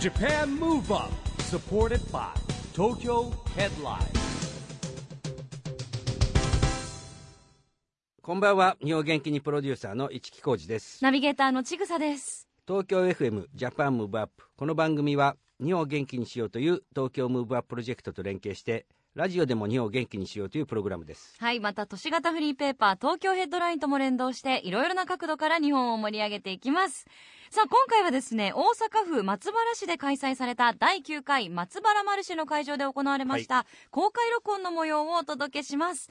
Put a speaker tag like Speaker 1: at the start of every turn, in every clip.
Speaker 1: Japan Move Up supported by Tokyo Headline
Speaker 2: こんばんは日本元気にプロデューサーの市木浩司です
Speaker 3: ナビゲーターのちぐさです。
Speaker 2: 東京 FM ジャパンムーブアップこの番組は日本を元気にしようという東京ムーブアッププロジェクトと連携してラジオでも日本を元気にしようというプログラムです
Speaker 3: はい、また都市型フリーペーパー、東京ヘッドラインとも連動して、いろいろな角度から日本を盛り上げていきます。さあ、今回はですね、大阪府松原市で開催された第9回松原マルシェの会場で行われました、公開録音の模様をお届けします。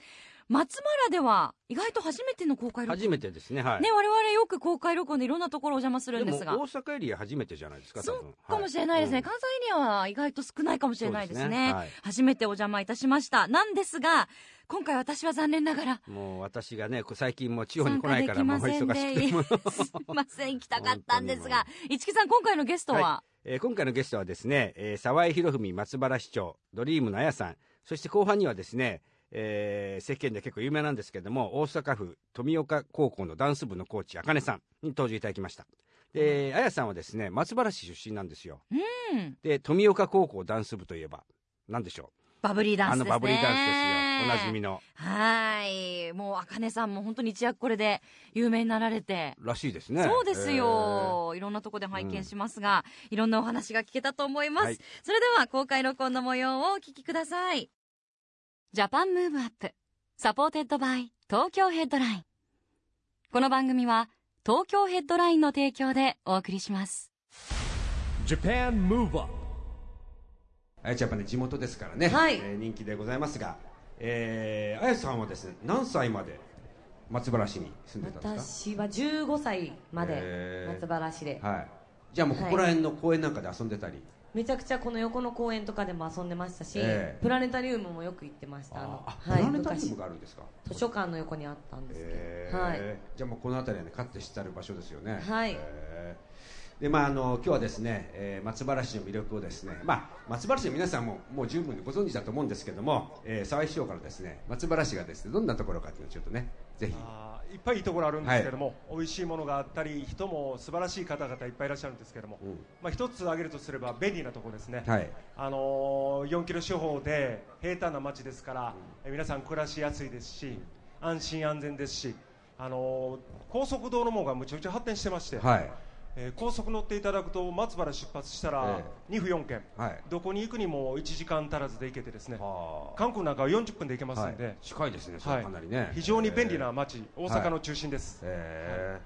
Speaker 3: 松原では、意外と初めての公開録音。
Speaker 2: 初めてですねはい
Speaker 3: ね、我々よく公開録音でいろんなところお邪魔するんですが
Speaker 2: も。大阪エリア初めてじゃないですか多
Speaker 3: そ
Speaker 2: 分
Speaker 3: うかもしれないですね、
Speaker 2: はい
Speaker 3: 関西エリアは意外と少ないかもしれないですね
Speaker 2: そうですねはい
Speaker 3: 初めてお邪魔いたしましたなんですが今回私は残念な がら
Speaker 2: うんもう私がねこう最近もう地方に来な
Speaker 3: 参加
Speaker 2: い
Speaker 3: で
Speaker 2: か
Speaker 3: き
Speaker 2: らもう
Speaker 3: ません
Speaker 2: 忙
Speaker 3: で
Speaker 2: しくてもう
Speaker 3: すいません行きたかったんです
Speaker 2: 本
Speaker 3: が市木さん今回のゲストは、
Speaker 2: いえー今回のゲストはですね、えー沢井博文松原市長ドリームのあやさんそして後半にはですね、えー世間で結構有名なんですけれども大阪府富岡高校のダンス部のコーチ茜さんに登場いただきましたであやさんはですね松原市出身なんですよ
Speaker 3: うん、
Speaker 2: で富岡高校ダンス部といえば何でしょ
Speaker 3: バブリー
Speaker 2: う
Speaker 3: ダンス
Speaker 2: あ
Speaker 3: で
Speaker 2: の
Speaker 3: すね
Speaker 2: バブリーダンスですよおなじみの
Speaker 3: はーいもうあかねさんも本当に一躍これで有名になられて
Speaker 2: らしいですね
Speaker 3: そうですよ、いろんなとこで拝見しますが、いろんなお話が聞けたと思います、
Speaker 2: はい
Speaker 3: それでは公開録音の模様をお聞きくださいジャパンムーブアップサポーテッドバイ東京ヘッドラインこの番組は東京ヘッドラインの提供でお送りします
Speaker 1: Japan Move Up
Speaker 2: あやちゃんやっぱね地元ですからね、
Speaker 3: はい
Speaker 2: えー人気でございますが、えー、あやさんはですね何歳まで松原市に住んでたんです
Speaker 4: 私は15歳ま
Speaker 2: へ
Speaker 4: で
Speaker 2: ー
Speaker 4: 松原市で
Speaker 2: かはいじゃあもうここら辺の公園なんかで遊んでたり、
Speaker 4: めちゃくちゃこの横の公園とかでも遊んでましたし、
Speaker 2: ええ
Speaker 4: プラネタリウムもよく行ってましたあの
Speaker 2: ああ、
Speaker 4: はい
Speaker 2: プラネタリウム
Speaker 4: 昔
Speaker 2: があるんですか
Speaker 4: 図書館の横にあったんですけど、
Speaker 2: え
Speaker 4: はい
Speaker 2: ーじゃあもうこの辺りはねかつて知ったる場所ですよね
Speaker 4: はい
Speaker 2: えーでまああの今日はですね、えー松原市の魅力をですねまあ松原市の皆さんももう十分にご存知だと思うんですけども、えー、沢井市長からですね松原市がですねどんなところかっていうのをちょっとねぜひ
Speaker 5: あーいっぱいいいところあるんですけども、美味しいものがあったり人も素晴らしい方々いっぱいいらっしゃるんですけども、
Speaker 2: うん
Speaker 5: まあ、一つ挙げるとすれば便利なところですね、
Speaker 2: はい
Speaker 5: あのー4キロ四方で平坦な街ですから、え皆さん暮らしやすいですし安心安全ですし、あのー高速道路網がむちゃくちゃ発展してまして、
Speaker 2: はい
Speaker 5: えー高速乗っていただくと松原出発したら
Speaker 2: え
Speaker 5: 2府4県、
Speaker 2: はい
Speaker 5: どこに行くにも1時間足らずで行けてですね
Speaker 2: は
Speaker 5: 韓国なんかは40分で行けますんで、
Speaker 2: はい、近いですね、それ
Speaker 5: は
Speaker 2: かなりね、
Speaker 5: い、非常に便利な
Speaker 2: えー
Speaker 5: 街、
Speaker 2: ー
Speaker 5: 大阪の中心です、
Speaker 2: えー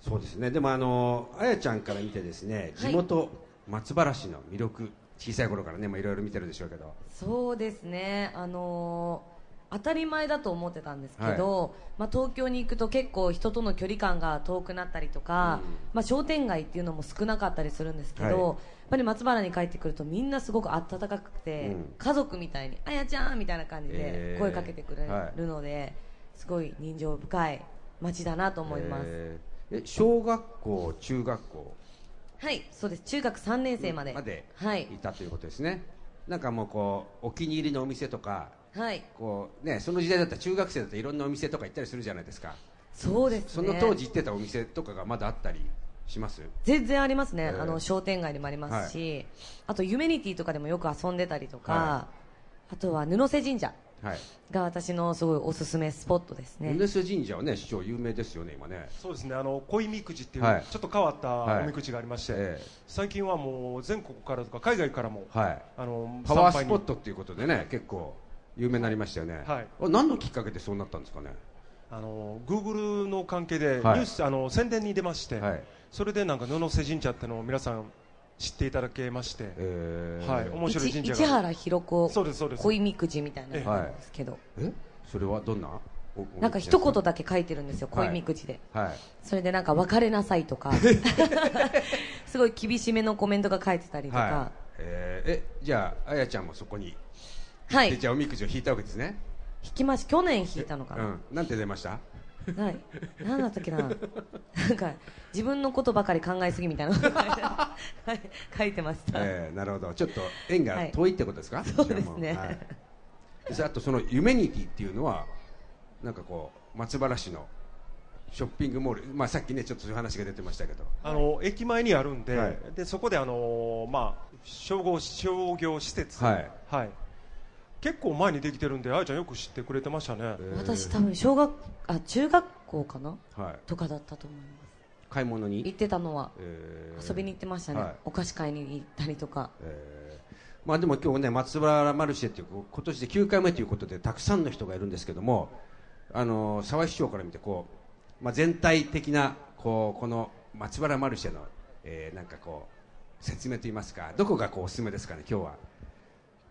Speaker 2: そうですねでもあのあやちゃんから見てですね
Speaker 4: は
Speaker 2: 地
Speaker 4: い
Speaker 2: 元松原市の魅力小さい頃からねまあいろいろ見てるでしょうけど
Speaker 4: そうですねあのー当たり前だと思ってたんですけど、まあ、東京に行くと結構人との距離感が遠くなったりとか、
Speaker 2: うん
Speaker 4: まあ、商店街っていうのも少なかったりするんですけど、
Speaker 2: はい
Speaker 4: やっぱり松原に帰ってくるとみんなすごく温かくて、
Speaker 2: うん
Speaker 4: 家族みたいに「あやちゃん」みたいな感じ
Speaker 2: え
Speaker 4: で
Speaker 2: ー
Speaker 4: 声かけてくれ
Speaker 2: はい
Speaker 4: るので、すごい人情深い街だなと思います、
Speaker 2: えーえ小学校中学校
Speaker 4: はいそうです中学3年生まで,、
Speaker 2: まで
Speaker 4: はい
Speaker 2: い、たということですね、なんかもうこうお気に入りのお店とか
Speaker 4: はい、
Speaker 2: こうねその時代だったら中学生だったらいろんなお店とか行ったりするじゃないですか
Speaker 4: そうですね
Speaker 2: その当時行ってたお店とかがまだあったりします
Speaker 4: 全然ありますね、
Speaker 2: えー
Speaker 4: あの商店街にもありますし、あとユメニティとかでもよく遊んでたりとか、
Speaker 2: は
Speaker 4: あとは布瀬神社
Speaker 2: はい
Speaker 4: が私のすごいおすすめスポットですね
Speaker 2: 米瀬神社はね市長有名ですよね今ね
Speaker 5: そうですねあの恋みくじっていう、
Speaker 2: はい
Speaker 5: ちょっと変わった
Speaker 2: い
Speaker 5: おみくじがありまして、
Speaker 2: ええ
Speaker 5: 最近はもう全国からとか海外からも、
Speaker 2: はい
Speaker 5: あの
Speaker 2: パワー
Speaker 5: 参
Speaker 2: ス
Speaker 5: 拝に
Speaker 2: ポットっていうことでね結構有名になりましたよね、
Speaker 5: はい
Speaker 2: あ何のきっかけでそうなったんですかね
Speaker 5: あの Google の関係でニュ
Speaker 2: はい
Speaker 5: ース、あの宣伝に出まして、
Speaker 2: はい
Speaker 5: それでなんか布施神社ってのを皆さん知っていただけまして、
Speaker 2: えー
Speaker 5: はい、面白い
Speaker 4: 市
Speaker 5: 神社
Speaker 4: 市
Speaker 5: がある
Speaker 4: 原弘子
Speaker 5: そうですそうです
Speaker 4: 恋みくじみたいなのなんですけど、
Speaker 2: えそれはどんなお
Speaker 4: なんか一
Speaker 2: お
Speaker 4: 言だけ書いてるんですよ、
Speaker 2: はい
Speaker 4: 恋みくじで、
Speaker 2: はい
Speaker 4: それでなんか別れなさいとか すごい厳しめのコメントが書いてたりと
Speaker 2: は
Speaker 4: か、
Speaker 2: いえーえじゃああやちゃんもそこに、
Speaker 4: はい
Speaker 2: でじゃあおみくじを引いたわけですね
Speaker 4: 引きまし去年引いたのかな、
Speaker 2: うんなんて出ました
Speaker 4: はい、何だったっけな、なんか自分のことばかり考えすぎみたいなこと書いてあるはい書いてました、
Speaker 2: えー、なるほどちょっと縁が遠いってことですか、
Speaker 4: そうです
Speaker 2: じ
Speaker 4: ね
Speaker 2: ゃあもういであとそのユメニティっていうのはなんかこう松原市のショッピングモール、まあ、さっきねちょっとそういう話が出てましたけど
Speaker 5: あの駅前にあるんで,、
Speaker 2: はい
Speaker 5: でそこであの、まあ、商業商業施設、
Speaker 2: はい
Speaker 5: 結構前にできてるんであやちゃんよく知ってくれてましたね、
Speaker 4: 私多分小学あ中学校かな
Speaker 2: はい
Speaker 4: とかだったと思います
Speaker 2: 買い物に
Speaker 4: 行ってたのは
Speaker 2: えー
Speaker 4: 遊びに行ってましたね、
Speaker 2: はい
Speaker 4: お菓子買いに行ったり とか
Speaker 2: えーまあでも今日ね松原マルシェっていうこう今年で9回目ということでたくさんの人がいるんですけどもあのー沢井市長から見てこう、まあ、全体的なこうこの松原マルシェの、えーなんかこう説明といいますかどこがこうおすすめですかね今日は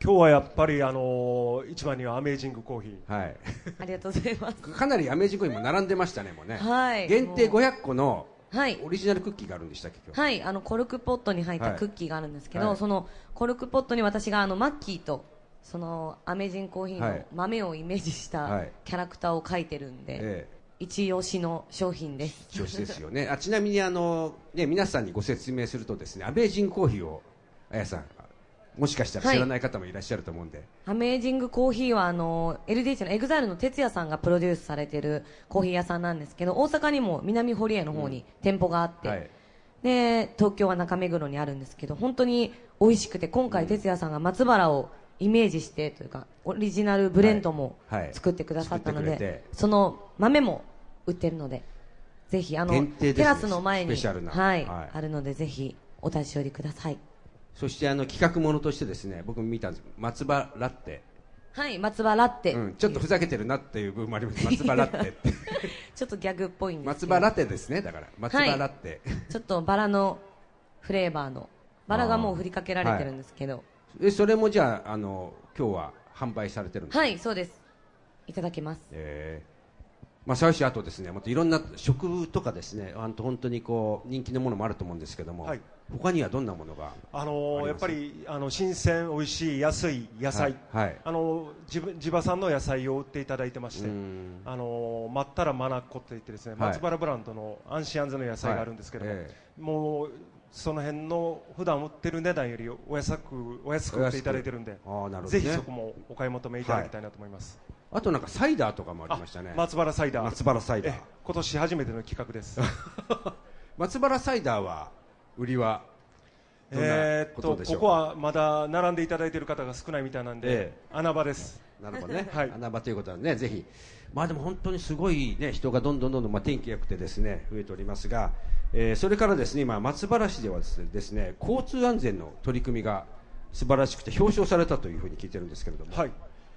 Speaker 5: 今日はやっぱりあの一番にはアメージングコーヒー
Speaker 2: はい
Speaker 4: ありがとうございます
Speaker 2: かなりアメージングにも並んでましたねもうね、
Speaker 4: はい
Speaker 2: 限定
Speaker 4: もう
Speaker 2: 500個の
Speaker 4: はい
Speaker 2: オリジナルクッキーがあるんでしたっけ今日
Speaker 4: はいあのコルクポットに入った
Speaker 2: はい
Speaker 4: クッキーがあるんですけど、
Speaker 2: はい
Speaker 4: そのコルクポットに私があのマッキーとそのアメージンコーヒー
Speaker 2: は
Speaker 4: の
Speaker 2: い
Speaker 4: 豆をイメージし
Speaker 2: は
Speaker 4: た
Speaker 2: い
Speaker 4: キャラクターを描いてるんで、
Speaker 2: ええ
Speaker 4: 一押しの商品です
Speaker 2: 調子ですよね。あちなみにあの、ね、皆さんにご説明するとですね、アベージンコーヒーを、あやさん、もしかしたら知らない方もいらっしゃると思うんで、
Speaker 4: アメージングコーヒーはあの LDH の EXILE の哲也さんがプロデュースされてるコーヒー屋さんなんですけど大阪にも南堀江の方に店舗があって、
Speaker 2: はい
Speaker 4: で東京は中目黒にあるんですけど本当に美味しくて今回哲也さんが松原をイメージしてというかオリジナルブレンドも
Speaker 2: はいはい
Speaker 4: 作ってくださったので、
Speaker 2: 作ってくれて
Speaker 4: その豆も売ってるのでぜひあの、
Speaker 2: 限定ですね
Speaker 4: テラスの前に
Speaker 2: スペシャルな
Speaker 4: はい
Speaker 2: はい
Speaker 4: あるのでぜひお立ち寄りください
Speaker 2: そしてあの企画ものとしてですね、僕も見たんです松葉ラッテ、
Speaker 4: はい松原って、
Speaker 2: うん、ちょっとふざけてるなっていう部分もあります、松葉ラッテって、
Speaker 4: ちょっとギャグっぽいんですけ
Speaker 2: 松
Speaker 4: ど
Speaker 2: 葉ラテですね、だから、松葉ラッテ、
Speaker 4: ちょっとバラのフレーバーのバラがもう振りかけられてるんですけど
Speaker 2: でそれもじゃあ、あの今日は販売されてるんですか
Speaker 4: はい、そうですいただきます
Speaker 2: えーまあ、沢市あとですね、もっといろんな食とかですね、あの本当にこう人気のものもあると思うんですけども、
Speaker 5: はい
Speaker 2: 他にはどんなものが、
Speaker 5: あ
Speaker 2: あり
Speaker 5: の
Speaker 2: ます
Speaker 5: やっぱりあの新鮮、美味しい、安い野菜、
Speaker 2: はいはい
Speaker 5: あの地場地場産の野菜を売っていただいてまして
Speaker 2: うん、
Speaker 5: あのまったらマナコといってですね、
Speaker 2: はい
Speaker 5: 松原ブランドの安心安全の野菜があるんですけども、
Speaker 2: はいえ
Speaker 5: もうその辺の普段売ってる値段よりお安くお安く売っていただいてるんで、
Speaker 2: お安くあーなるほど
Speaker 5: ぜ
Speaker 2: ね
Speaker 5: ひそこもお買い求めいただきたいなと思います。
Speaker 2: あとなんかサイダーとかもありましたね
Speaker 5: あ松原サイダー、
Speaker 2: 松原サイダー
Speaker 5: ええ今年初めての企画 です。
Speaker 2: 松原サイダーは売りはどんな
Speaker 5: えー
Speaker 2: こと
Speaker 5: っと
Speaker 2: でしょ
Speaker 5: こ
Speaker 2: うか、
Speaker 5: こはまだ並んでいただいている方が少ないみたいなんで、
Speaker 2: え
Speaker 5: 穴場です。
Speaker 2: なるほどね、
Speaker 5: はい
Speaker 2: 穴場ということはねぜひまあでも本当にすごいね人がどんどんどんどんまあ天気良くてですね増えておりますが、えーそれからですね今松原市ではですねですね交通安全の取り組みが素晴らしくて表彰されたというふうに聞いてるんですけれども、
Speaker 5: はい、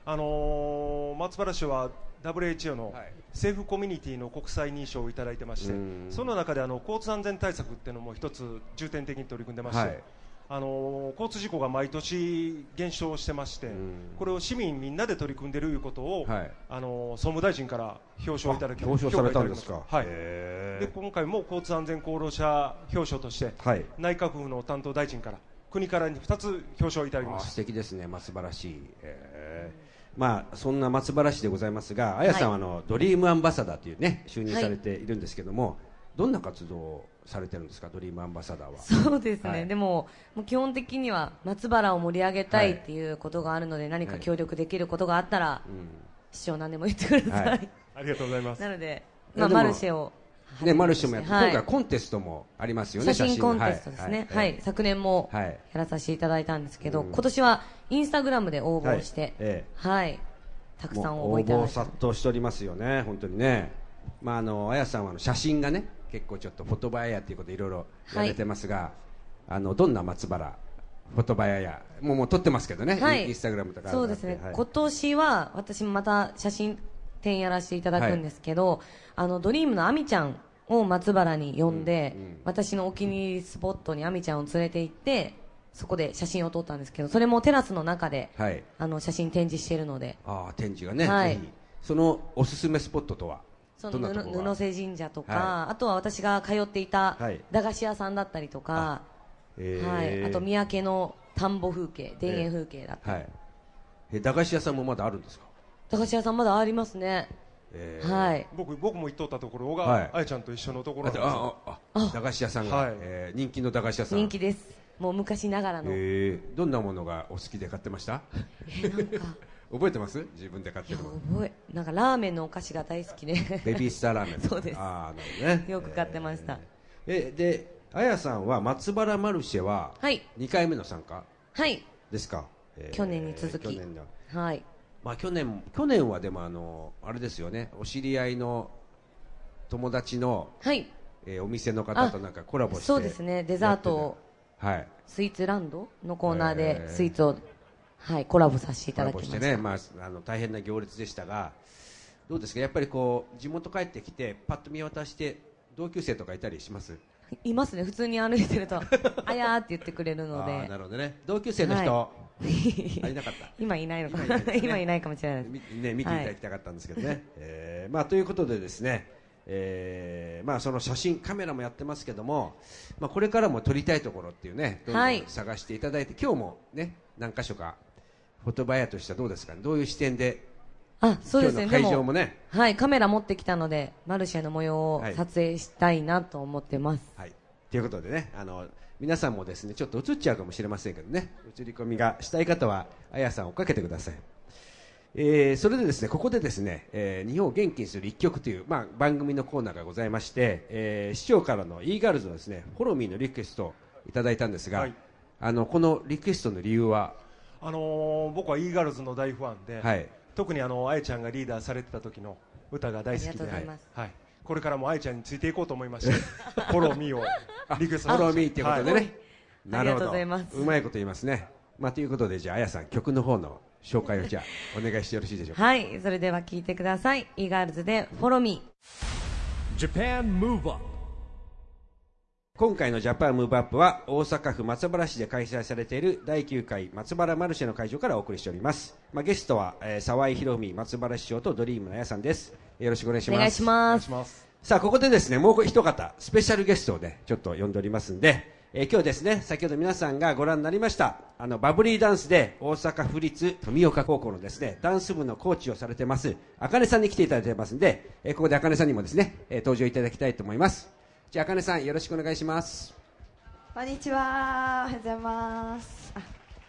Speaker 5: あのー松原市は WHO の
Speaker 2: はい
Speaker 5: 政府コミュニティの国際認証をいただいてまして、
Speaker 2: うん
Speaker 5: その中であの交通安全対策っていうのも一つ重点的に取り組んでまして、
Speaker 2: はい
Speaker 5: あのー交通事故が毎年減少してまして
Speaker 2: ん、
Speaker 5: これを市民みんなで取り組んでいるいうことを、
Speaker 2: はい
Speaker 5: あのー総務大臣から表彰をいただき
Speaker 2: あ表彰されたんですか
Speaker 5: 評価いただきました
Speaker 2: へ
Speaker 5: はい、
Speaker 2: ー
Speaker 5: で今回も交通安全功労者表彰として、
Speaker 2: はい
Speaker 5: 内閣府の担当大臣から国から2つ表彰をいただき
Speaker 2: あ
Speaker 5: ま
Speaker 2: ー
Speaker 5: した
Speaker 2: 素。敵ですね松原市、えーまあそんな松原市でございますがあやさんはあの、ドリームアンバサダーというね就任されているんですけども、どんな活動をされてるんですかドリームアンバサダーは
Speaker 4: そうですね、
Speaker 2: はい
Speaker 4: でももう基本的には松原を盛り上げたいっていうことがあるので、何か協力できることがあったら、市長何でも言ってください、
Speaker 2: はい
Speaker 5: ありがとうございます
Speaker 4: な。ので、
Speaker 2: いや
Speaker 4: まあ、
Speaker 2: でも
Speaker 4: マルシェを
Speaker 2: ね、マルシェもやって、
Speaker 4: はい
Speaker 2: 今回コンテストもありますよね
Speaker 4: 写真コンテストですね、はい
Speaker 2: え
Speaker 4: 昨年も
Speaker 2: はい
Speaker 4: やらさせていただいたんですけど、
Speaker 2: うん
Speaker 4: 今年はインスタグラムで応募をして、
Speaker 2: はい
Speaker 4: はい
Speaker 2: え
Speaker 4: たく
Speaker 2: もう
Speaker 4: さん応
Speaker 2: 応
Speaker 4: 募いただ
Speaker 2: 募
Speaker 4: いて
Speaker 2: 殺到しておりますよね本当にねまああのあやさんはあの写真がね結構ちょっとフォトバイヤーっていうことでいろいろやられてますが、あのどんな松原フォトバイヤーやもうもう撮ってますけどね、インインスタグラムとかある
Speaker 4: そ
Speaker 2: の
Speaker 4: う
Speaker 2: で
Speaker 4: ですね、
Speaker 2: はい
Speaker 4: 今年は私もまた写真展やらせていただくんですけど、あのドリームのあみちゃんを松原に呼んで、私のお気に入りスポットにあみちゃんを連れて行ってそこで写真を撮ったんですけどそれもテラスの中で、
Speaker 2: はい
Speaker 4: あの写真展示しているので
Speaker 2: ああ展示がね、
Speaker 4: はい
Speaker 2: ぜひそのおすすめスポットとは
Speaker 4: そ
Speaker 2: どん
Speaker 4: の
Speaker 2: な
Speaker 4: 布
Speaker 2: ところが
Speaker 4: 布瀬神社とか、
Speaker 2: は
Speaker 4: あとは私が通っていた
Speaker 2: はい
Speaker 4: 駄菓子屋さんだったりとか、
Speaker 2: え
Speaker 4: はい
Speaker 2: ー
Speaker 4: あと三宅の田んぼ風景田園風景だったり、
Speaker 2: はいえ駄菓子屋さんもまだあるんですか、
Speaker 4: 駄菓子屋さんまだありますね、
Speaker 2: えー
Speaker 4: はい
Speaker 5: 僕僕も行っとったところが、
Speaker 2: はい
Speaker 5: あやちゃんと一緒のところ
Speaker 2: あ
Speaker 5: なんですよ
Speaker 2: あああ駄菓子屋さんが、
Speaker 5: はい
Speaker 2: えー人気の駄菓子屋さん
Speaker 4: 人気ですもう昔ながらの、
Speaker 2: えーどんなものがお好きで買ってました
Speaker 4: えなんか
Speaker 2: 覚えてます自分で買ってるもの
Speaker 6: 覚えなんかラーメンのお菓子が大好きで
Speaker 2: ベビースターラーメン
Speaker 6: そうです
Speaker 2: ああなるほどね
Speaker 6: よく買ってました
Speaker 2: えーえであやさんは松原マルシェは
Speaker 6: はい
Speaker 2: 2回目の参加
Speaker 6: はい
Speaker 2: ですか、えー
Speaker 6: 去年に続き
Speaker 2: 去年の
Speaker 6: はい
Speaker 2: まあ去年去年はでもあのあれですよねお知り合いの友達の、
Speaker 6: はい
Speaker 2: えーお店の方となんかコラボして
Speaker 6: そうですねデザートを
Speaker 2: はい
Speaker 6: スイーツランドのコーナー
Speaker 2: え
Speaker 6: で
Speaker 2: ー
Speaker 6: スイーツを、はい、コラボさせてい
Speaker 2: コ
Speaker 6: た
Speaker 2: ラ
Speaker 6: だ
Speaker 2: ボし
Speaker 6: きました
Speaker 2: てね、まあ、あの大変な行列でしたがどうですかやっぱりこう地元帰ってきてパッと見渡して同級生とかいたりします
Speaker 6: いますね普通に歩い てるとあやーって言ってくれるの
Speaker 2: あー
Speaker 6: で
Speaker 2: なるほどね同級生の人、
Speaker 6: は
Speaker 2: あいなか った
Speaker 6: 今いないのか
Speaker 2: 今いないですね
Speaker 6: 今いないかもしれないです
Speaker 2: みね、見ていただきたかったんですけどね、えーまあ、ということでですね、えーまあ、その写真カメラもやってますけども、まあ、これからも撮りたいところっていうねどんど
Speaker 6: はい
Speaker 2: ん探していただいて、今日もね何箇所かフォトバイヤーとしてはどうですかねどういう視点で
Speaker 6: あそうですね
Speaker 2: 今日の会
Speaker 6: で
Speaker 2: 場もね
Speaker 6: はいカメラ持ってきたのでマルシェの模様を
Speaker 2: はい
Speaker 6: 撮影したいなと思ってます、
Speaker 2: はい、ということでねあの皆さんもですねちょっと映っちゃうかもしれませんけどね映り込みがしたい方はあやさんを追っかけてください、えーそれでですねここでですね、えー日本を元気にする一曲という、まあ、番組のコーナーがございまして、えー、市長からの e ガールズのですねフォローミーのリクエストをいただいたんですが、
Speaker 5: はい
Speaker 2: あのこのリクエストの理由は
Speaker 5: あのー僕は e ーガールズの大ファンで、
Speaker 2: はい
Speaker 5: 特にあのあやちゃんがリーダーされてた時の歌が大好き
Speaker 6: ありがと
Speaker 5: で、
Speaker 6: うございます
Speaker 5: はい、これからもあやちゃんについていこうと思い まして、フォローミーをリクエ
Speaker 2: フ
Speaker 5: ス
Speaker 2: ォ
Speaker 5: トしました
Speaker 2: ローミーっていうことでね、
Speaker 5: は
Speaker 2: な
Speaker 5: い
Speaker 2: るほど
Speaker 6: ありがとうございます
Speaker 2: うまいこと言いますね、まあ、ということでじゃああやさん曲の方の紹介をじゃあお願いしてよろしいでしょうか
Speaker 6: はいそれでは聴いてください e ガールズで「フォロミ
Speaker 1: Japan Move Up
Speaker 2: 今回のジャパンムーブアップは大阪府松原市で開催されている第9回松原マルシェの会場からお送りしております、まあ、ゲストは、えー沢井博文松原市長とドリームのあやさんですよろしくお願いし
Speaker 6: お
Speaker 2: ます
Speaker 6: 願いし
Speaker 5: お願
Speaker 6: ま
Speaker 5: い
Speaker 6: す
Speaker 5: します
Speaker 2: さあここでですねもう一方スペシャルゲストをねちょっと呼んでおりますんで、えー今日ですね先ほど皆さんがご覧になりましたあのバブリーダンスで大阪府立富岡高校のですねダンス部のコーチをされてます茜さんに来ていただいてますんで、えーここで茜さんにもですね、えー登場いただきたいと思いますじゃあ茜さんよろしくお願いします
Speaker 4: こんにちは。おはようございます。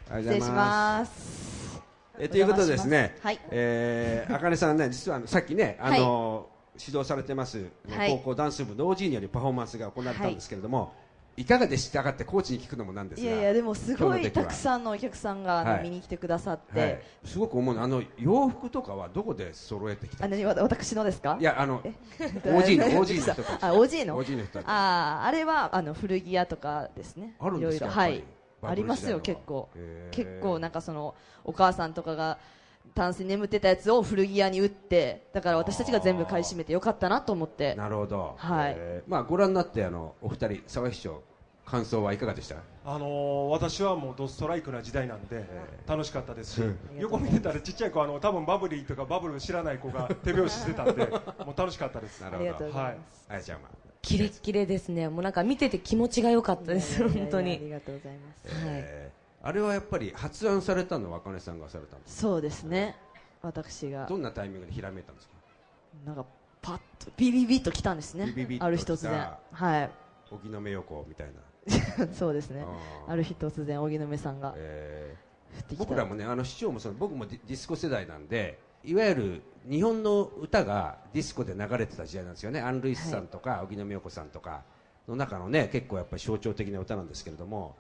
Speaker 4: あ
Speaker 2: ありがとうござ
Speaker 4: 失礼し
Speaker 2: います。
Speaker 4: ます。
Speaker 2: えということでですね、
Speaker 4: はい
Speaker 2: えー、あかねさんね、実はあのさっきね、あの指導されてます、
Speaker 4: はい
Speaker 2: 高校ダンス部の OG によるパフォーマンスが行われたんですけれども、い、かがでしたかってコーチに聞くのもなんです
Speaker 4: い
Speaker 2: が、
Speaker 4: やいやでもすご
Speaker 2: 今日の
Speaker 4: い
Speaker 2: 出来は
Speaker 4: たくさんのお客さんがあの
Speaker 2: はい
Speaker 4: 見に来てくださって、
Speaker 2: はい、すごく思うのはあの洋服とかはどこで揃えてきた
Speaker 4: あ何わ私のですか？
Speaker 2: いやあの OG
Speaker 4: OG
Speaker 2: の
Speaker 4: の
Speaker 2: OG の人たち
Speaker 4: あ OG の
Speaker 2: OG の人たち
Speaker 4: あーあれはあの古着屋とかですね。
Speaker 2: あるんですか
Speaker 4: いろいろは
Speaker 2: やっ
Speaker 4: い。
Speaker 2: ぱり
Speaker 4: あります
Speaker 2: バ
Speaker 4: よ
Speaker 2: ブル時代は
Speaker 4: 結構
Speaker 2: へー
Speaker 4: 結構なんかそのお母さんとかがタンスに眠ってたやつを古着屋に売ってだから私たちが全部買い占めてよかったなと思って
Speaker 2: なるほど、
Speaker 4: はい
Speaker 2: えーまあ、ご覧になってあのお二人沢井市長感想はいかがでした
Speaker 5: あのー私はもうドストライクな時代なんで楽しかったですし、横見てたらちっちゃい子あの多分バブリーとかバブル知らない子が手拍子してたん でもう楽しかったです
Speaker 2: な
Speaker 4: あ
Speaker 2: る
Speaker 4: りが
Speaker 2: ほ
Speaker 4: とう
Speaker 2: ど
Speaker 4: ございます。
Speaker 2: あやちゃんは
Speaker 6: キレッキレですねもうなんか見てて気持ちが良かったです
Speaker 4: いやいやいや
Speaker 6: 本当
Speaker 4: あり
Speaker 6: に
Speaker 4: がとうございます。
Speaker 6: はい
Speaker 2: えーあれはやっぱり発案されたのは茜さんがされたんです
Speaker 4: そうですね。私が
Speaker 2: どんなタイミングでひらめいたんですか
Speaker 4: なんかパッとビビビッと来たんですね。
Speaker 2: ビビビッと来た
Speaker 4: ある日突然。はい。
Speaker 2: 荻野目横みたいな、
Speaker 4: そうですね。
Speaker 2: あー
Speaker 4: ある日突然荻野目さんが降
Speaker 2: え
Speaker 4: って
Speaker 2: ー
Speaker 4: きた。
Speaker 2: 僕らもねあの市長もその僕もディディスコ世代なんでいわゆる日本の歌がディスコで流れてた時代なんですよねアン・ルイスさんとか荻野目横さんとかの中のね結構やっぱり象徴的な歌なんですけれども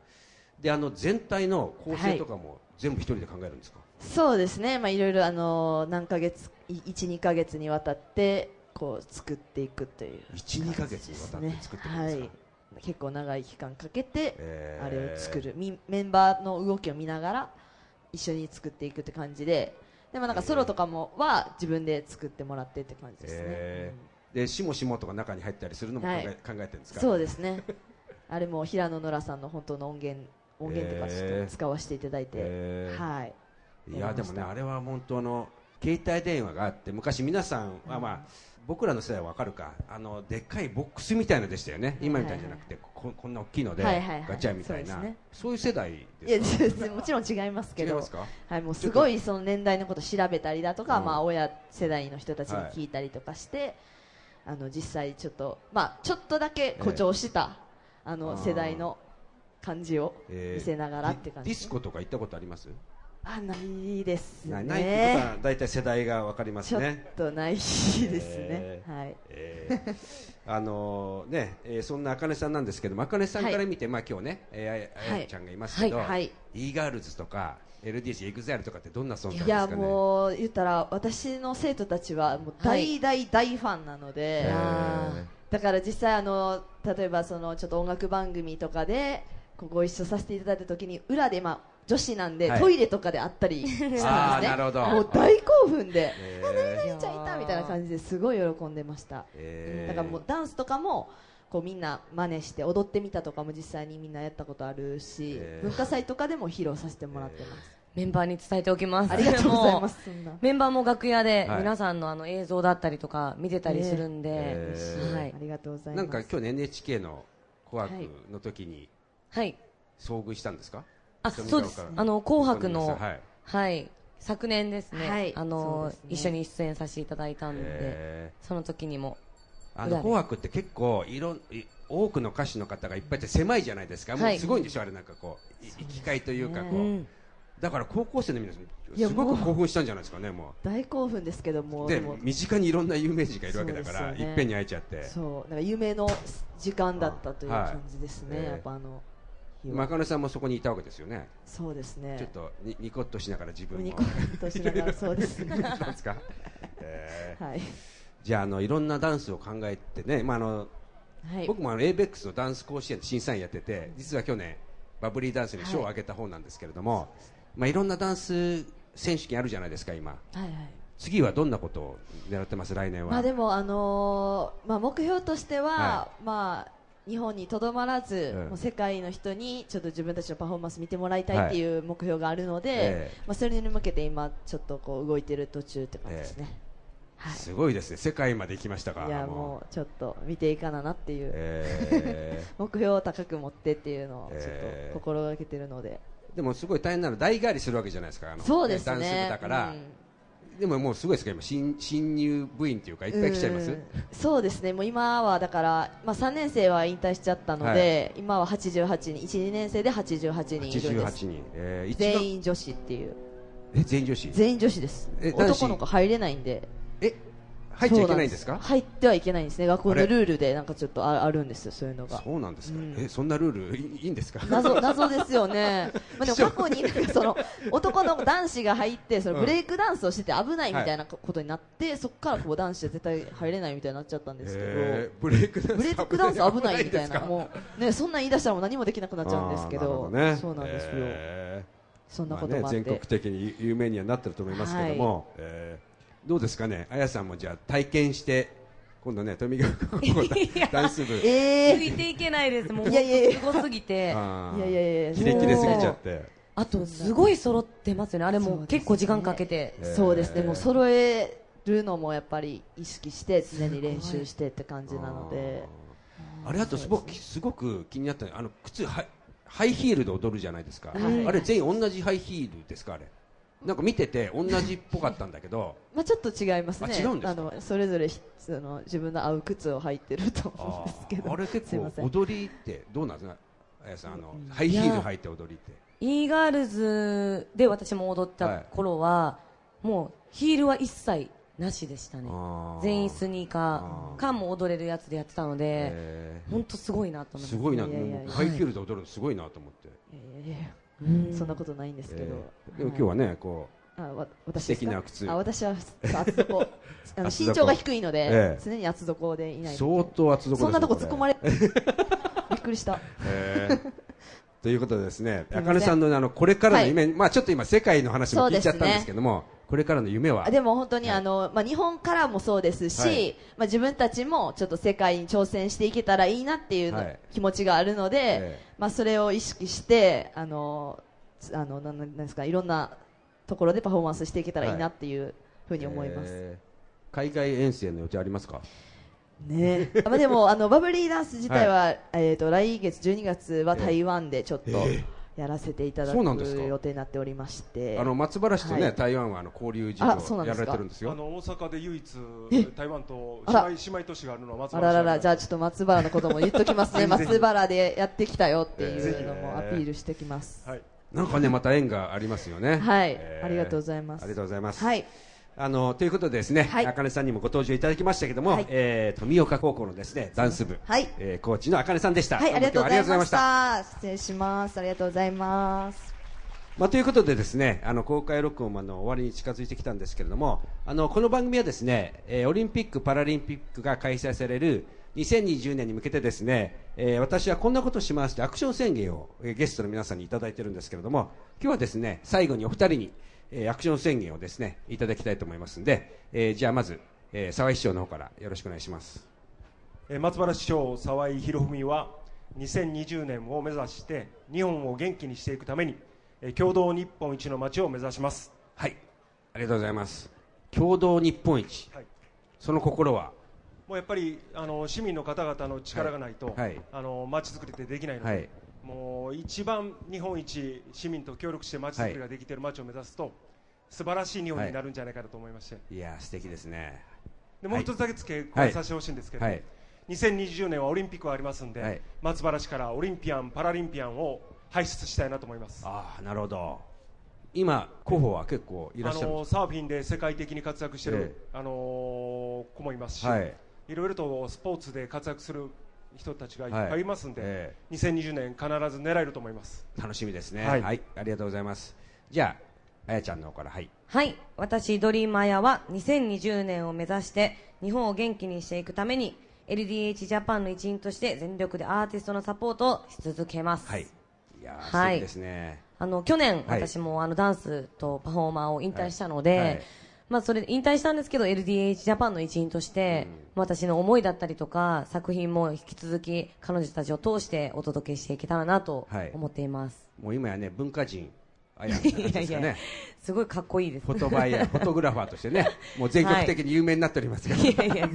Speaker 2: であの全体の構成とかも全部一人で考えるんですか、
Speaker 4: そうですね。まあいろいろあのー何ヶ月い一二ヶ月にわたってこう作っていくという
Speaker 2: 一二ヶ月にわたって作っていくんですか
Speaker 4: はい。結構長い期間かけて
Speaker 2: えー
Speaker 4: あれを作る、みメンバーの動きを見ながら一緒に作っていくって感じででもなんかソロとかもは自分で作ってもらってって感じですね、
Speaker 2: え
Speaker 4: うん
Speaker 2: ーでしもしもとか中に入ったりするのも考え,、
Speaker 4: はい
Speaker 2: 考えてるんですか
Speaker 4: そうですねあれも平野ノラさんの本当の音源音源とかちょっ
Speaker 2: えー
Speaker 4: と使わせていただいて、
Speaker 2: えー
Speaker 4: はい
Speaker 2: いや
Speaker 4: やり
Speaker 2: で
Speaker 4: ま
Speaker 2: も
Speaker 4: した
Speaker 2: ねあれは本当あの携帯電話があって昔皆さんはまあ、僕らの世代はわかるかあのでっかいボックスみたいのでしたよね今みたいじゃなくて、ここんな大きいので、
Speaker 4: はいはいはい
Speaker 2: ガチャみたいな
Speaker 4: そ
Speaker 2: そうう,、
Speaker 4: です
Speaker 2: い
Speaker 4: ね
Speaker 2: う世代
Speaker 4: い
Speaker 2: で
Speaker 4: や
Speaker 2: す
Speaker 4: もちろん違います
Speaker 2: 違
Speaker 4: け
Speaker 2: い
Speaker 4: ど
Speaker 2: ますか
Speaker 4: はい、もうすごいその年代のこと調べたりだとか、
Speaker 2: うん
Speaker 4: まあ、親世代の人たちに聞いたりとかして、あの実際、ちょっと、まあ、ちょっとだけ誇張した、あ
Speaker 2: あ
Speaker 4: の
Speaker 2: ー
Speaker 4: 世代の感じを
Speaker 2: えー
Speaker 4: 見せながらって感じ
Speaker 2: ディディ
Speaker 4: です
Speaker 2: ス
Speaker 4: ね、
Speaker 2: コとか行ったことあります
Speaker 4: あないです
Speaker 2: な
Speaker 4: ね
Speaker 2: いないってことは大体世代が分かります
Speaker 4: ちょっ
Speaker 2: ね。
Speaker 4: とないですね、
Speaker 2: えー
Speaker 4: はい
Speaker 2: えーあのね、えーそんな茜さんなんですけども、茜さんから見て、まあ今日ね、えーあや
Speaker 4: はい
Speaker 2: あやちゃんがいますけど、
Speaker 4: はいはい
Speaker 2: e ガールズとか LDH、EXILE とかってどんな存在です
Speaker 4: い
Speaker 2: か
Speaker 4: や
Speaker 2: ね。
Speaker 4: もう言ったら私の生徒たちはもう大大大ファンなので、
Speaker 2: えー
Speaker 4: だから実際あの例えばそのちょっと音楽番組とかでこうご一緒させていただいた時に裏でまあ女子なんで、
Speaker 2: はい
Speaker 4: トイレとかで会っ たりしたんですね。
Speaker 2: あーなるほど
Speaker 4: もう大興奮で、
Speaker 2: え
Speaker 4: あ
Speaker 2: ー
Speaker 4: 何々ちゃんいたみたいな感じですごい喜んでました。
Speaker 2: えー
Speaker 4: だからもうダンスとかもこうみんな真似して踊ってみたとかも実際にみんなやったことあるし、
Speaker 2: えー
Speaker 4: 文化祭とかでも披露させてもらってます。
Speaker 6: メンバーに伝えておきます。
Speaker 4: ありがとうございます。そんな
Speaker 6: もう。メンバーも楽屋で
Speaker 2: はい
Speaker 6: 皆さんのあの映像だったりとか見てたりするんで、
Speaker 2: えー
Speaker 6: は
Speaker 4: はいい、あ。りがとうございま
Speaker 2: な
Speaker 4: す。
Speaker 2: んか今日ね NHK の紅白の時に
Speaker 6: はい。
Speaker 2: 遭遇したんですか。
Speaker 6: あ、
Speaker 2: 富
Speaker 6: そう
Speaker 2: 岡
Speaker 6: です
Speaker 2: から。
Speaker 6: あの、紅白の、
Speaker 2: はい。
Speaker 6: はい。昨年ですね。
Speaker 4: はい
Speaker 6: あの、
Speaker 4: そうで
Speaker 6: 一
Speaker 4: すね
Speaker 6: 緒に出演させていただいたんで、
Speaker 2: えー
Speaker 6: その時にも。
Speaker 2: あの
Speaker 6: 裏で
Speaker 2: 紅白って結構いろんい多くの歌手の方がいっぱいいて狭いじゃないですか、
Speaker 6: は
Speaker 2: もう
Speaker 6: い
Speaker 2: すごいんでしょ、あれなんかこう、い生きがいというかこう、
Speaker 6: うん
Speaker 2: だから高校生の皆さん、
Speaker 4: いや
Speaker 2: すご
Speaker 4: も
Speaker 2: く
Speaker 4: う
Speaker 2: 興奮したんじゃないですかね、も
Speaker 4: 大興奮ですけど
Speaker 2: う、
Speaker 4: も、
Speaker 2: で
Speaker 4: でも
Speaker 2: 身近にいろんな有名人がいるわけだから、
Speaker 4: そうですよね
Speaker 2: いっぺんに会えちゃって、
Speaker 4: そうなんか夢の時間だったという
Speaker 2: はい
Speaker 4: 感じですね。
Speaker 2: えー
Speaker 4: やっぱあの日は、
Speaker 2: まかねさんもそこにいたわけですよね、
Speaker 4: そうですね。
Speaker 2: ちょっとにニコッとしながら自分も、
Speaker 4: ニコッとしながら そうで すね
Speaker 2: なんですか、えー
Speaker 4: はい
Speaker 2: じゃああの、いろんなダンスを考えてね、まああの
Speaker 4: はい。
Speaker 2: 僕もあの ABEX のダンス甲子園で審査員やってて実は去年バブリーダンスに賞をあげた方なんですけれども、いまあ、いろんなダンス選手権あるじゃないですか今
Speaker 4: はいはい。
Speaker 2: 次はどんなことを狙ってます来年は、
Speaker 4: まあでもあのーまあ目標としては、
Speaker 2: は
Speaker 4: まあ。日本にとどまらず、
Speaker 2: うん
Speaker 4: もう世界の人にちょっと自分たちのパフォーマンス見てもらいたいっていう目標があるので、
Speaker 2: ええ
Speaker 4: まあ、それに向けて今、ちょっとこう動いてる途中って感じですね、はい
Speaker 2: すごいですね世界まで行きましたから
Speaker 4: いや
Speaker 2: も
Speaker 4: も
Speaker 2: う
Speaker 4: うちょっと見ていかななっていう、
Speaker 2: え
Speaker 4: 目標を高く持ってっていうのをちょっ
Speaker 2: えー
Speaker 4: と心がけてるので、
Speaker 2: ーでもすごい大変なの代替わりするわけじゃないですかあの
Speaker 4: そうですね
Speaker 2: ダンス部だから、
Speaker 4: うん
Speaker 2: でももうすごいですか今新新入部員っていうかいっぱい来ちゃいます、
Speaker 4: うんそうですねもう今はだから、まあ、3年生は引退しちゃったので、今は88人12年生で88人いるんで
Speaker 2: 88
Speaker 4: す
Speaker 2: 人、えー、一番
Speaker 4: 全員女子っていう
Speaker 2: え全員女子
Speaker 4: 全員女子です
Speaker 2: え男子
Speaker 4: 男の子入れないんで
Speaker 2: え入っちゃいけないんですか
Speaker 4: そうな入ってはいけないんですね学校
Speaker 2: あ
Speaker 4: の
Speaker 2: れ
Speaker 4: ルールでなんかちょっとああるんですよそういうのが
Speaker 2: そうなんですか、
Speaker 4: うん
Speaker 2: えそんなルールいいいんですか
Speaker 4: 謎謎ですよ ね、まあ、でも過去になんかその男の男子が入ってそのブレイクダンスをしてて危ないみたいなことになって、そこからこう男子は絶対入れないみたいになっちゃったんですけど、
Speaker 2: えーブレイクダンス
Speaker 4: ブレイクダンス危ないみたいな、
Speaker 2: う
Speaker 4: もうね、そんなん言い出したらもう何もできなくなっちゃうんですけど、
Speaker 2: ね、
Speaker 4: そうなんですよ、
Speaker 2: え
Speaker 4: そ
Speaker 2: ー
Speaker 4: んなことも
Speaker 2: まあ
Speaker 4: あって、
Speaker 2: ね、全国的に有名にはなってると思いますけども、
Speaker 4: は
Speaker 2: えーどうですかねあやさんもじゃあ体験して今度ね富ヶ丘高校 ダダンス部
Speaker 4: え
Speaker 6: ついていけないです。もう、
Speaker 4: いやいやいや
Speaker 6: すごすぎて。
Speaker 2: あー
Speaker 4: いやいやいや
Speaker 2: キレキレすぎちゃって
Speaker 6: あと、すごい揃ってますよね。あれ
Speaker 4: そうです
Speaker 6: も
Speaker 4: ね
Speaker 6: 結構時間かけて。
Speaker 4: ー、そうですね、もう揃えるのもやっぱり意識して、常に練習してって感じなので。
Speaker 2: あーあれあとすごくすごく気になったのはあの靴ハイハイヒールで踊るじゃないですか、あれ全員同じハイヒールですかあれなんか見てて同じっぽかったんだけ ど
Speaker 4: まあ、ちょっと違いますね
Speaker 2: あ違うんですか
Speaker 4: のそれぞれひその自分の合う靴を履いてると思うんですけど
Speaker 2: あれ
Speaker 4: す
Speaker 2: 結
Speaker 4: いま
Speaker 2: 構
Speaker 4: せん
Speaker 2: 踊りってどうなんですかあやさんあのハイヒール履いて踊りって
Speaker 6: e ガールズで私も踊った頃は、もうヒールは一切なしでしたね
Speaker 2: あー
Speaker 6: 全員スニー
Speaker 2: あ
Speaker 6: カ
Speaker 2: ー
Speaker 6: ーかもう踊れるやつでやってたので
Speaker 2: へ
Speaker 6: 本当すごいな
Speaker 2: ー
Speaker 6: と思います
Speaker 2: すごいな、
Speaker 4: いやいやいや
Speaker 2: ハイヒールで踊るのすごいなと思って、
Speaker 4: いやいやいや
Speaker 6: うん
Speaker 4: そんなことないんですけど、
Speaker 2: えーでも今日はねこ
Speaker 4: あわ私
Speaker 2: 素
Speaker 4: です
Speaker 2: 敵
Speaker 4: か
Speaker 2: な靴
Speaker 4: あ私はそう厚 底あの
Speaker 2: 厚底
Speaker 4: 身長が低いので、
Speaker 2: ええ
Speaker 4: 常に厚底でいうない
Speaker 2: 相当厚底ですね
Speaker 4: そんなとこ突っ込ま
Speaker 2: れ、
Speaker 4: れびっくりした
Speaker 2: へー ということでですね
Speaker 4: すいません
Speaker 2: 茜さんのあのこれからの夢、まあちょっと今世界の話も聞いちゃったんですけども、これからの夢は
Speaker 4: でも本当にあの、まあ、日本からもそうですし、
Speaker 2: はい
Speaker 4: まあ、自分たちもちょっと世界に挑戦していけたらいいなっていうの
Speaker 2: はい
Speaker 4: 気持ちがあるので、
Speaker 2: ええ
Speaker 4: まあ、それを意識してあのつあのなんなんですかいろんなところでパフォーマンスしていけたらいいなっていうふうに思います。
Speaker 2: えー海外遠征の予定ありますか
Speaker 4: ね、まあでもあのバブリーダンス自体は、えー、と来月12月は台湾でちょっとやらせていただく
Speaker 2: そうなんですか
Speaker 4: 予定になっておりまして
Speaker 2: あの松原市とね、
Speaker 4: はい
Speaker 2: 台湾はあの交流事業
Speaker 4: あそうなん
Speaker 2: や
Speaker 4: で
Speaker 2: ら
Speaker 4: すか
Speaker 2: れてるんです
Speaker 5: あ
Speaker 2: よ。
Speaker 5: の大阪で唯一
Speaker 4: え
Speaker 5: 台湾と
Speaker 4: あら
Speaker 5: 姉妹姉妹都市があるのは松
Speaker 4: あ
Speaker 5: 原
Speaker 4: ら
Speaker 5: 市
Speaker 4: ららじゃあちょっと松原のことも言っときますね松原でやってきたよっ
Speaker 2: え
Speaker 4: てい
Speaker 2: え
Speaker 4: うのもアピールしてきます、
Speaker 5: はい
Speaker 2: なんかねまた縁がありますよね
Speaker 4: はい
Speaker 2: え
Speaker 4: ありがとうございます
Speaker 2: ありがとうございます
Speaker 4: はい
Speaker 2: あのということでですね、
Speaker 4: はい
Speaker 2: あかねさんにもご登場いただきましたけども、
Speaker 4: はい
Speaker 2: えー富岡高校のですねダンス部、
Speaker 4: はい
Speaker 2: えーコーチのあかねさんでした、
Speaker 4: はい、ありがとうございまし
Speaker 2: どうも今日はありがとうございました
Speaker 4: た。失礼します。ありがとうございます。
Speaker 2: まあ、ということでですねあの公開録音もあの終わりに近づいてきたんですけれどもあのこの番組はですね、えーオリンピック・パラリンピックが開催される2020年に向けてですね、えー私はこんなことしますというアクション宣言を、えーゲストの皆さんにいただいてるんですけれども今日はですね最後にお二人に、えーアクション宣言をですねいただきたいと思いますので、えーじゃあまず、えー沢井市長の方からよろしくお願いします。
Speaker 5: えー松原市長沢井博文は2020年を目指して日本を元気にしていくために、えー共同日本一の街を目指します
Speaker 2: はいありがとうございます共同日本一、
Speaker 5: はい
Speaker 2: その心は
Speaker 5: もうやっぱりあの市民の方々の力がないと、
Speaker 2: はいはい
Speaker 5: あの街づくりってできないので、
Speaker 2: はい
Speaker 5: もう一番日本一市民と協力して街づくりができている街を目指すと、素晴らしい日本になるんじゃないかなと思いまして、
Speaker 2: いやー素敵ですね
Speaker 5: でもう一つだけ付け加えさせてほしいんですけど、
Speaker 2: はい
Speaker 5: 2020年はオリンピックがありますんで、
Speaker 2: はい
Speaker 5: 松原市からオリンピアン・パラリンピアンを輩出したいなと思います。
Speaker 2: ああなるほど今候補は結構いらっしゃ
Speaker 5: あ
Speaker 2: るん
Speaker 5: の
Speaker 2: です
Speaker 5: サーフィンで世界的に活躍している
Speaker 2: え、
Speaker 5: あの子もいますし、
Speaker 2: はい
Speaker 5: い、ろいろとスポーツで活躍する人たちがいっぱいいますんで、
Speaker 2: はいえ
Speaker 5: 2020年必ず狙えると思います。
Speaker 2: 楽しみですねは、
Speaker 5: はいい
Speaker 2: ありがとうございますじゃああやちゃんの方からはい
Speaker 6: はい私ドリームあやは2020年を目指して日本を元気にしていくために LDH ジャパンの一員として全力でアーティストのサポートをし続けます、
Speaker 2: はいいやー素
Speaker 6: はい
Speaker 2: 敵ですね、
Speaker 6: あの去年、
Speaker 2: はい
Speaker 6: 私もあのダンスとパフォーマーを引退したので、
Speaker 2: はい
Speaker 6: まあ、それで引退したんですけど LDH ジャパンの一員として、まあ私の思いだったりとか作品も引き続き彼女たちを通してお届けしていけたらなと
Speaker 2: はい
Speaker 6: 思っています、
Speaker 2: もう今やね文化人あやちゃんなん ですかね
Speaker 6: すごいかっこいいです
Speaker 2: フォトバイヤーフォトグラファーとしてねもう全国的に有名になっておりますから、
Speaker 6: いやいや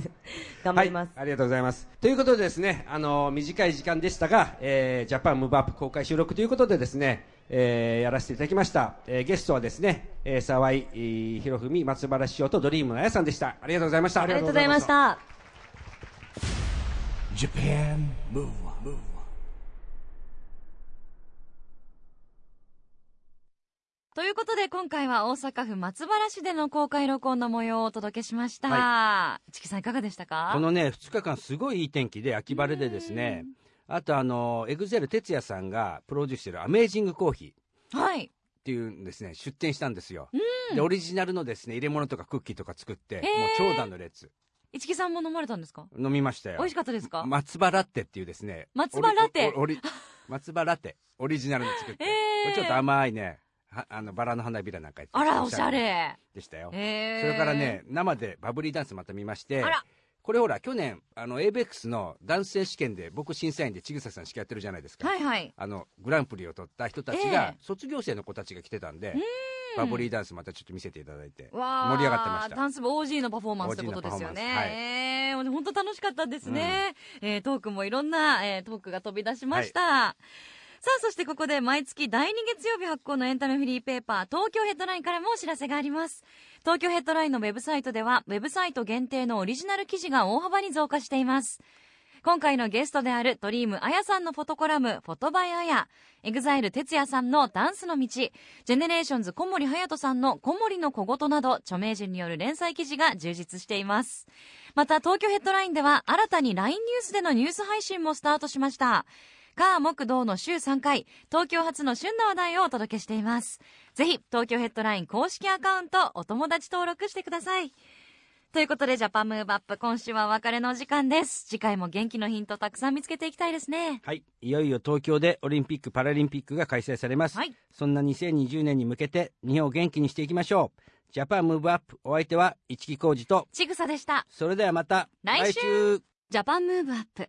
Speaker 6: 頑張ります、
Speaker 2: はい、ありがとうございますということでですねあの短い時間でしたが、えージャパンムーブアップ公開収録ということでですね、えーやらせていただきました、えーゲストはですね、えー沢井えー博文松原師匠とドリームのあやさんでしたありがとうございました
Speaker 6: ありがとうございました。
Speaker 1: Japan Move Up, Move Up.
Speaker 3: ということで今回は大阪府松原市での公開録音の模様をお届けしました、チキさんいかがでしたか
Speaker 7: このね、2日間すごいいい天気で秋晴れでですね、あとあの、エグゼル哲也さんがプロデュースしてるアメージングコーヒーっ
Speaker 3: はい
Speaker 7: ていうんですね、出店したんですよ。で、オリジナルのですね、入れ物とかクッキーとか作って、もう長蛇の列。
Speaker 3: 一木さんも飲まれたんですか
Speaker 7: 飲みましたよ。
Speaker 3: 美味しかったですか
Speaker 7: 松葉ラテっていうですね。
Speaker 3: 松葉ラテ
Speaker 7: オリオリオリ 松葉ラテ。オリジナルの作って。
Speaker 3: えー
Speaker 7: これちょっと甘いね。はあのバラの花びらなんかやって
Speaker 3: あらおしゃれ
Speaker 7: でしたよ、
Speaker 3: へー
Speaker 7: それからね生でバブリーダンスまた見まして
Speaker 3: あら
Speaker 7: これほら去年あの ABEX の男性試験で僕審査員で千草さんしかやってるじゃないですか、
Speaker 3: はいはい
Speaker 7: あのグランプリを取った人たち
Speaker 3: え
Speaker 7: が、
Speaker 3: え
Speaker 7: 卒業生の子たちが来てたんでバブリーダンスまたちょっと見せていただいて
Speaker 3: わー
Speaker 7: 盛り上がってました
Speaker 3: ダンス部 OG のパフォーマンスってことです
Speaker 7: OG
Speaker 3: よ
Speaker 7: のパフォー
Speaker 3: ね。
Speaker 7: マンスはい
Speaker 3: えー本当楽しかったですね。えートークもいろんな、えートークが飛び出しました。さあ、そしてここで毎月第2月曜日発行のエンタメフリーペーパー、東京ヘッドラインからもお知らせがあります。東京ヘッドラインのウェブサイトでは、ウェブサイト限定のオリジナル記事が大幅に増加しています。今回のゲストであるドリームあやさんのフォトコラム、フォトバイあや、エグザイル哲也さんのダンスの道、ジェネレーションズ小森隼人さんの小森の小言など、著名人による連載記事が充実しています。また、東京ヘッドラインでは、新たに LINE ニュースでのニュース配信もスタートしました。火木道の週3回、東京発の旬な話題をお届けしています。ぜひ、東京ヘッドライン公式アカウント、お友達登録してください。ということで、ジャパンムーブアップ、今週はお別れのお時間です。次回も元気のヒントたくさん見つけていきたいですね。
Speaker 7: はい、いよいよ東京でオリンピック・パラリンピックが開催されます、
Speaker 3: はい
Speaker 7: そんな2020年に向けて日本を元気にしていきましょうジャパンムーブアップお相手は市木浩二と
Speaker 3: ちぐさでした。
Speaker 7: それではまた
Speaker 3: 来週ジャパンムーブアップ、